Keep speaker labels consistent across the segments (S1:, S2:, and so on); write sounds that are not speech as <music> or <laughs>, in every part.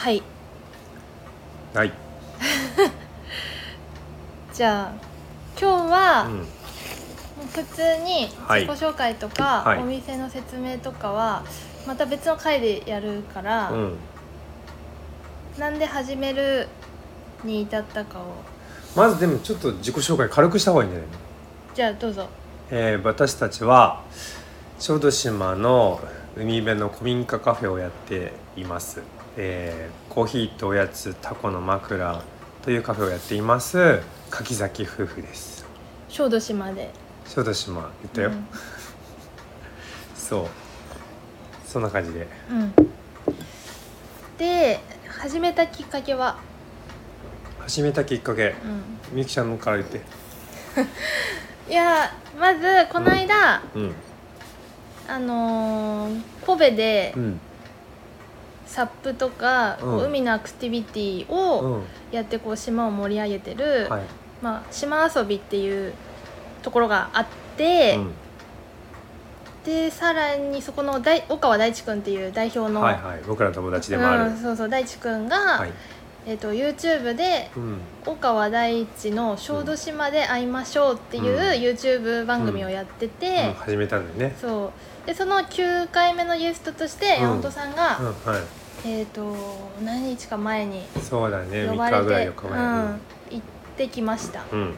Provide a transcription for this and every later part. S1: はい
S2: はい、
S1: じゃあ今日は、
S2: う
S1: も
S2: ん、
S1: う普通に
S2: はい
S1: 自己紹介とか、
S2: はい
S1: お店の説明とかはまた別の回でやるから、
S2: うん、
S1: なんで始めるに至ったかを
S2: まずでもちょっと自己紹介軽くした方がいいんじゃないの
S1: じゃあどうぞ
S2: えー私たちは小豆島の海辺の古民家カフェをやっています、えーコーヒーとおやつタコの枕というカフェをやっています柿崎夫婦です
S1: 小豆島で
S2: 小豆島言ったよ、
S1: うん
S2: そうそんな感じで
S1: うん、で始めたきっかけは、
S2: 始めたきっかけ
S1: うん、
S2: みゆきちゃんから言って
S1: いやまずこの間、
S2: うん
S1: あのー神戸で
S2: うん
S1: サップとか、
S2: うん
S1: 海のアクティビティ
S2: う
S1: を
S2: ん
S1: やってこう島を盛り上げてる、
S2: はい
S1: まあ、島遊びっていうところがあって、
S2: うん
S1: でさらにそこの大岡川大地君っていう代表の、
S2: はいはい僕らの友達でもある、
S1: うん、そうそう大地君が、
S2: はい
S1: えー、と YouTube で
S2: うん
S1: 大川大地の小豆島で会いましょうっていう
S2: うん
S1: YouTube 番組をやって
S2: うん
S1: て、
S2: 始めたんだよね
S1: そうでその9回目のゲストとして
S2: うん
S1: 山本さんが、
S2: うんはい
S1: えっ、と何日か前に
S2: そうだね
S1: 呼
S2: 3
S1: ばれ
S2: 日ぐらい
S1: て、
S2: 4日
S1: うん、
S2: 前
S1: 行ってきました
S2: うん、うん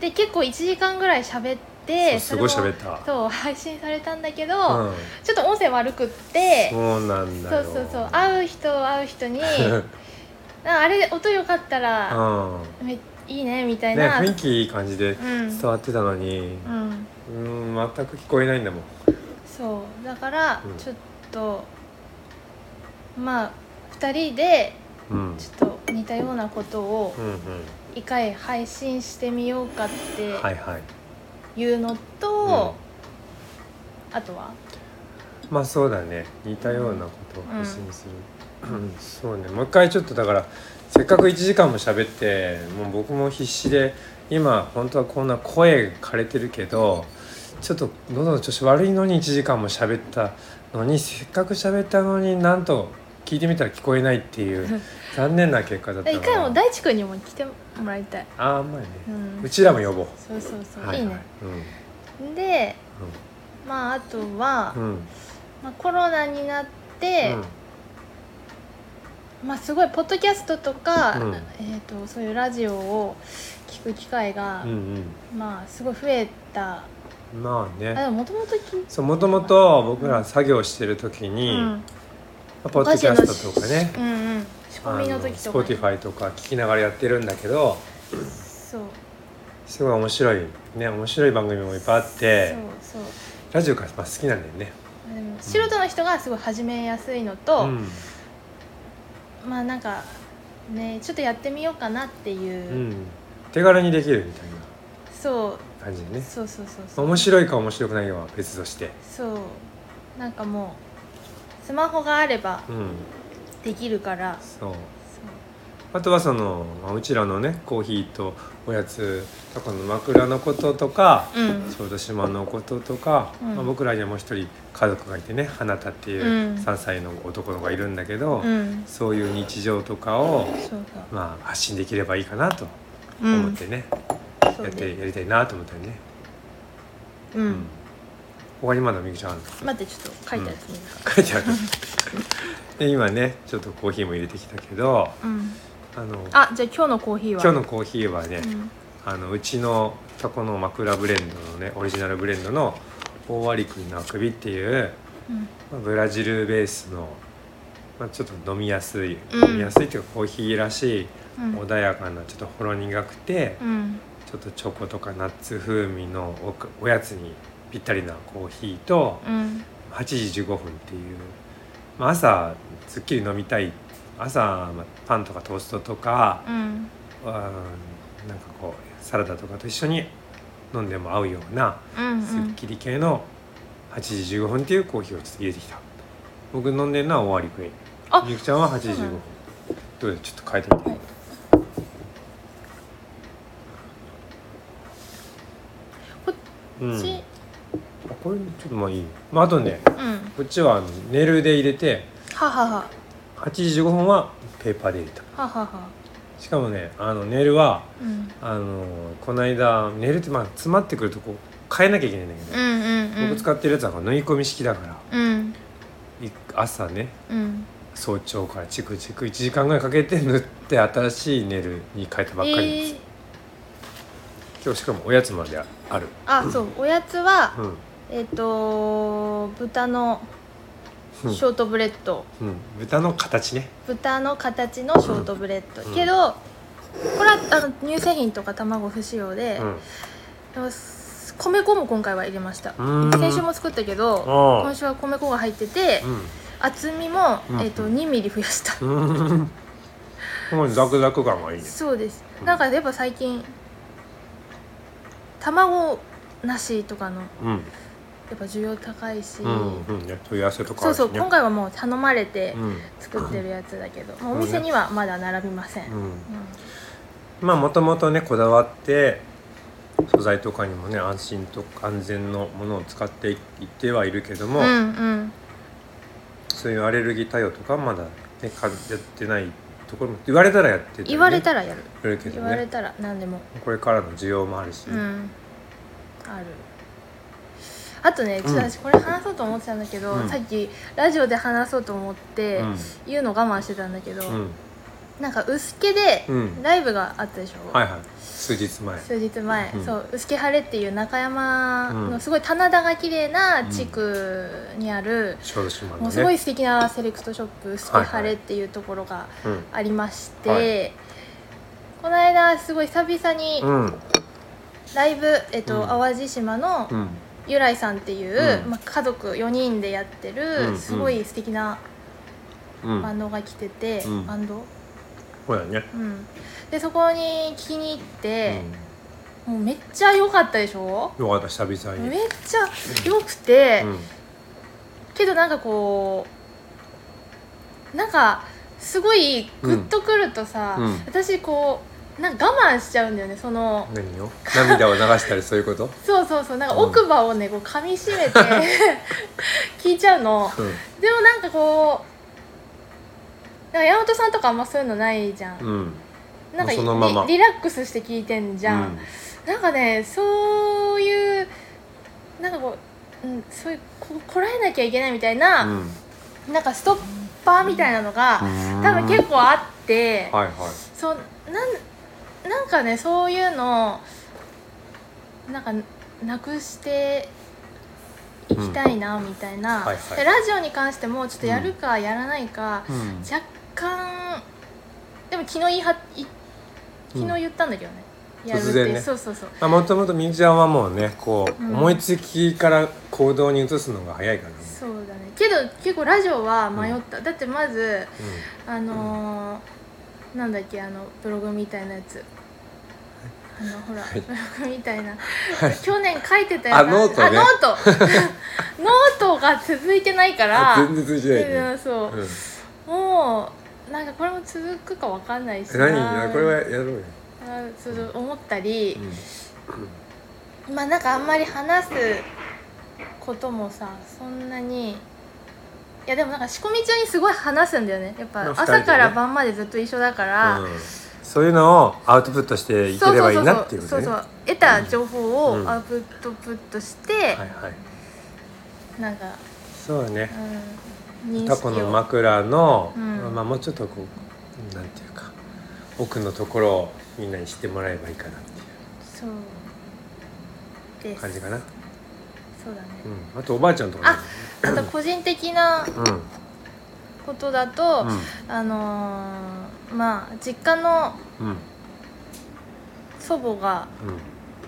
S1: で結構1時間ぐらい喋って
S2: そうすごい
S1: それ
S2: 喋
S1: も
S2: った
S1: そう配信されたんだけど、
S2: うん、
S1: ちょっと音声悪くって
S2: そうなんだ
S1: そ
S2: よ
S1: うそうそう会う人会う人に <laughs> ああれ音よかったら、めいいねみた
S2: う
S1: い
S2: んね
S1: な、
S2: 雰囲気いい感じで
S1: うん
S2: 伝わってたのに
S1: うん、
S2: うん全く聞こえないんだもん
S1: そうだから
S2: うん
S1: ちょっと、まあ2人で
S2: うん
S1: ちょっと似たようなことを
S2: うん
S1: 一回配信してみようかっ
S2: うんはい
S1: て
S2: はい
S1: いうのと、
S2: うん
S1: あとは
S2: まあそうだね似たようなことを配信する、うんそうねもう一回ちょっとだからせっかく1時間も喋ってもう僕も必死で今本当はこんな声枯れてるけどちょっと喉の調子悪いのに1時間も喋ったのにせっかく喋ったのになんと聞いてみたら聞こえないっていう <laughs> 残念な結果だった
S1: 一回も
S2: だ
S1: 大地君にも来てもらいたい、
S2: ああまあね、
S1: う、
S2: うんちらも呼ぼう
S1: そうそうそう、、
S2: はいい
S1: い
S2: はい
S1: ねでまああとは、
S2: うんうん
S1: まあ、コロナになって、まあ、すごいポッドキャストとか、
S2: うん
S1: えー、とそういうラジオを聞く機会が、
S2: うんうん
S1: まあすごい増えた
S2: うんまあね
S1: あでももともと聞い
S2: そうもともと僕ら作業してる時
S1: う
S2: に、
S1: ん、
S2: ポッドキャストとかね
S1: うんうん、仕込みの時
S2: ス
S1: と
S2: ポ
S1: か
S2: テ
S1: ね、
S2: ィファイとか聞きながらやってるんだけど
S1: そう
S2: すごい面白いね面白い番組もいっぱいあっ
S1: そう
S2: て
S1: そう
S2: ラジオがまあ好きなんだよね。
S1: でも素人の人がすごい始めやすいのと、
S2: うん
S1: まあなんかねちょっとやってみようかなっていう、
S2: うん、手軽にできるみたい
S1: そう
S2: な感じでね
S1: そうそうそうそう
S2: 面白いか面白くないかは別として、
S1: そうなんかもうスマホがあれば
S2: うん、
S1: できるから
S2: そう
S1: そ
S2: あとはそのまあうちらのねコーヒーとおやつとかの枕のこととか
S1: ううん
S2: 小豆島のこととか、
S1: うん
S2: まあ、僕らにはもう一人家族がいてね花田っていう
S1: うん
S2: 3歳の男の子がいるんだけど、
S1: うん
S2: そういう日常とかを、
S1: そうだ
S2: まあ、発信できればいいかなと
S1: う
S2: 思っ
S1: ん
S2: てね、
S1: そうね
S2: やってやりたいなと思ったよね。
S1: う
S2: うん他にまだみゆきちゃんある
S1: 待ってちょっと書いたやつ見るか
S2: 書いて
S1: <laughs>
S2: あるで今ねちょっとコーヒーも入れてきたけど
S1: うん
S2: あの
S1: あじゃあ今日のコーヒーは
S2: 今日のコーヒーはね、
S1: うん
S2: あのうちのタコの枕ブレンドのねオリジナルブレンドの大割り栗のあくびっていう
S1: うん
S2: まあブラジルベースの、まあ、ちょっと飲みやすい、
S1: うん
S2: 飲みやすいっていうかコーヒーらしい
S1: うん
S2: 穏やかなちょっとほろ苦くて、
S1: うん
S2: ちょっとチョコとかナッツ風味のおかおやつにぴったりなコーヒーと
S1: うん
S2: 8時15分っていう、まあ、朝すっきり飲みたい朝、まあパンとかトーストとか、
S1: うん
S2: うんなんかこうサラダとかと一緒に飲んでも合うような
S1: うん
S2: すっきり系の8時15分っていうコーヒーをちょっと入れてきた僕飲んでるのは終わり食い
S1: あ
S2: みゆきちゃんは8時
S1: そうな
S2: 15
S1: の
S2: 分どうでちょっと変えてみて、
S1: はいこっ
S2: うん、
S1: ち
S2: あこれちょっとまあいい、まあ、あとね
S1: うん
S2: こっちはあのネイルで入れて
S1: ははは
S2: 8時15分はペーパーで入れた
S1: ははは
S2: しかもねあのネイルは
S1: うん
S2: あのこの間ネイルってまあ詰まってくるとこう変えなきゃいけないんだけ
S1: う
S2: ど、
S1: んうんうん
S2: 僕使ってるやつはこう縫い込み式だから
S1: うん
S2: い朝ね
S1: うん
S2: 早朝からチクチク1時間ぐらいかけて縫って新しいネイルに変えたばっかりです、
S1: えー
S2: 今日しかもおやつまである
S1: あそうおやつは
S2: うん
S1: えっ、と豚のシ
S2: うん
S1: ョートブレッド、
S2: うん、豚の形ね
S1: 豚の形のショートブレッド、
S2: うん
S1: けどこれはあの乳製品とか卵不使用で、
S2: うん
S1: でもす米粉も今回は入れました
S2: うん
S1: 先週も作ったけど
S2: ああ
S1: 今週は米粉が入ってて、厚みも、
S2: うん
S1: えっと2ミリ増やした、
S2: うん <laughs> うんもうザクザク感がいいね
S1: そうです
S2: うん
S1: なんかやっぱ最近卵なしとかのや
S2: うん
S1: っぱ需要高いし、
S2: うんうんね問い合わせとかあ
S1: そ
S2: る
S1: うそう
S2: しね
S1: 今回はもう頼まれて
S2: うん
S1: 作ってるやつだけど、まあお店にはまだ並びません、うん
S2: うんまあもともとねこだわって素材とかにもね安心と安全のものを使っていってはいるけども、
S1: うんうん
S2: そういうアレルギー対応とかまだ、ね、かやってないところも言われたらやってたりね
S1: 言われたらやる、
S2: やるけど
S1: 言われ
S2: ね
S1: たら何でも
S2: これからの需要もあるし、
S1: うんあるあとねちょっと
S2: うん
S1: 私これ話そうと思ってたんだけど、
S2: うん
S1: さっきラジオで話そうと思って
S2: うん
S1: 言うの我慢してたんだけど、
S2: うん
S1: なんか薄毛で
S2: うん
S1: ライブがあったでしょ、
S2: はいはい数日前
S1: 数日前、
S2: うん
S1: そう薄毛晴れっていう中山
S2: う
S1: の
S2: ん
S1: すごい棚田が綺麗な地区にある、
S2: 小豆島のね
S1: もうすごい素敵なセレクトショップ薄毛晴れっていうところが
S2: うん
S1: ありまして、
S2: はい
S1: この間すごい久々に
S2: うん
S1: ライブ、えっと
S2: うん
S1: 淡路島の
S2: うん
S1: ゆらいさんっていう、
S2: うん
S1: まあ、家族4人でやって
S2: うんう
S1: る
S2: ん
S1: すごい素敵な
S2: うん
S1: バンドが来てて、
S2: うん
S1: バンド、
S2: そうだね
S1: うん、でそこに聞きに行って、もうめっちゃ良かったでしょ
S2: うんよかった久々に
S1: めっちゃ良くて、
S2: うん
S1: けどなんかこうなんかすごいグッとくるとさ、
S2: うん
S1: 私こうなんか我慢しちゃうんだよねその
S2: 何を涙を流したりそういうこと
S1: そうそうそうなんか奥歯をねこう噛みしめて <laughs> 聞いちゃうのでもなんかこうなんか山本さんとかあんまそういうのないじゃん、
S2: うんうん
S1: なんか
S2: もうそのまま
S1: リリラックスして聞いてんじゃん、なんかねそういうなんかこう、うん、そういうここらえなきゃいけないみたいな、
S2: うん
S1: なんかストッパーみたいなのが、
S2: うん
S1: 多分結構あって、
S2: はいはい
S1: そうなんなんかねそういうのなんかなくしていきたいなみたいな、
S2: はいはい
S1: でラジオに関してもちょっとやるかやらないか、
S2: うん
S1: 若干でも昨日言いはい昨日言ったんだけどね、やるって
S2: 突然
S1: いう
S2: ね
S1: そうそうそう
S2: まあもともとみゆきちゃんはもうねこう、
S1: うん
S2: 思いつきから行動に移すのが早いからね、
S1: そうだねけど結構ラジオは迷った、だってまずあのーなんだっけあのブログみたいなやつあのほら、
S2: はい
S1: ブログみたいな
S2: うんはい
S1: 去年書いてたやつ
S2: あノートね
S1: あノート <laughs> ノートが続いてないから
S2: 全然通じないね、
S1: うんそう
S2: うん、
S1: もうなんかこれも続くかわかんないしな
S2: 何これはやろうよ、
S1: あそうそう思ったり
S2: う、ん
S1: まあなんかあんまり話すこともさそんなにいやでもなんか仕込み中にすごい話すんだよねやっ
S2: ま
S1: ぱ
S2: あ二人でね
S1: 朝から晩までずっと一緒だから、
S2: うんそういうのをアウトプットしていければいいなっていうこと
S1: そう
S2: ね
S1: そう
S2: は
S1: そう得た情報
S2: う
S1: を
S2: ん
S1: アウトプットして
S2: い、はい
S1: なんか、
S2: そうだね
S1: うん、認
S2: タコ
S1: 識
S2: の
S1: を
S2: 枕の、
S1: うん
S2: まあもうちょっとこうなんていうか奥のところをみんなに知ってもらえばいいかなってい
S1: そうで
S2: う
S1: す
S2: 感じかな、
S1: そうだね、
S2: うん、あとおばあちゃんとかね
S1: あと個人的な
S2: うんうん
S1: ことだと、あのーまあ実家の
S2: うん
S1: 祖母が
S2: うん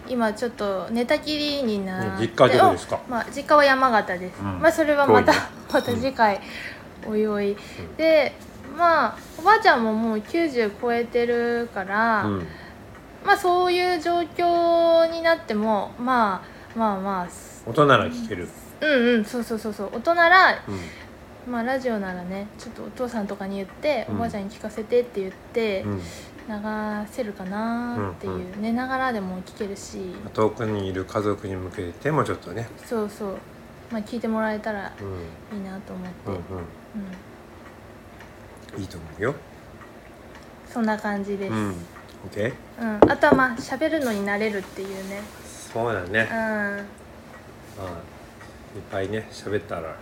S1: 今ちょっと寝たきりになって
S2: 実家はどこですか
S1: おまあ、実家は山形です、
S2: うん
S1: まあそれはまた、
S2: 遠いね
S1: <laughs> また次回おいおい、でまあおばあちゃんももう90超えてるから、
S2: うん
S1: まあそういう状況になってもまあまあまあす
S2: 大人なら聞ける、
S1: うんうんそうそうそうそう大人なら
S2: うん
S1: まあラジオならねちょっとお父さんとかに言って、
S2: うん
S1: おばあちゃんに聞かせてって言って、
S2: うん、
S1: 流せるかなっていう、
S2: うん
S1: 寝ながらでも聞けるし
S2: 遠くにいる家族に向けてもちょっとね、
S1: そうそうまあ聞いてもらえたら
S2: うん
S1: いいなと思って、
S2: うん
S1: う
S2: うんん、いいと思うよ
S1: そんな感じです、
S2: う
S1: うん
S2: ん OK
S1: あとはまあ喋るのに慣れるっていうね
S2: そうだね
S1: う、ん、うん
S2: まあいっぱいね喋ったら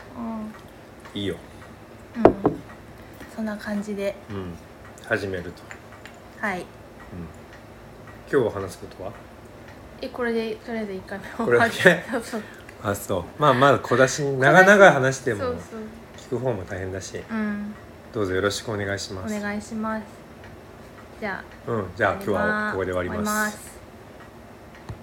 S2: いいよ
S1: うん、そんな感じで
S2: うん始めると、
S1: はい
S2: うん、今日話すことは
S1: えこれでとりあえず一回目
S2: これだけ
S1: そうそう
S2: あそうまあまあ小出しに長々話して
S1: そう
S2: も
S1: そう
S2: 聞く方も大変だし
S1: うん
S2: どうぞよろしくお願いし
S1: お
S2: ます
S1: 願いしますじゃあ
S2: うんじゃあ今日はここで終わります
S1: す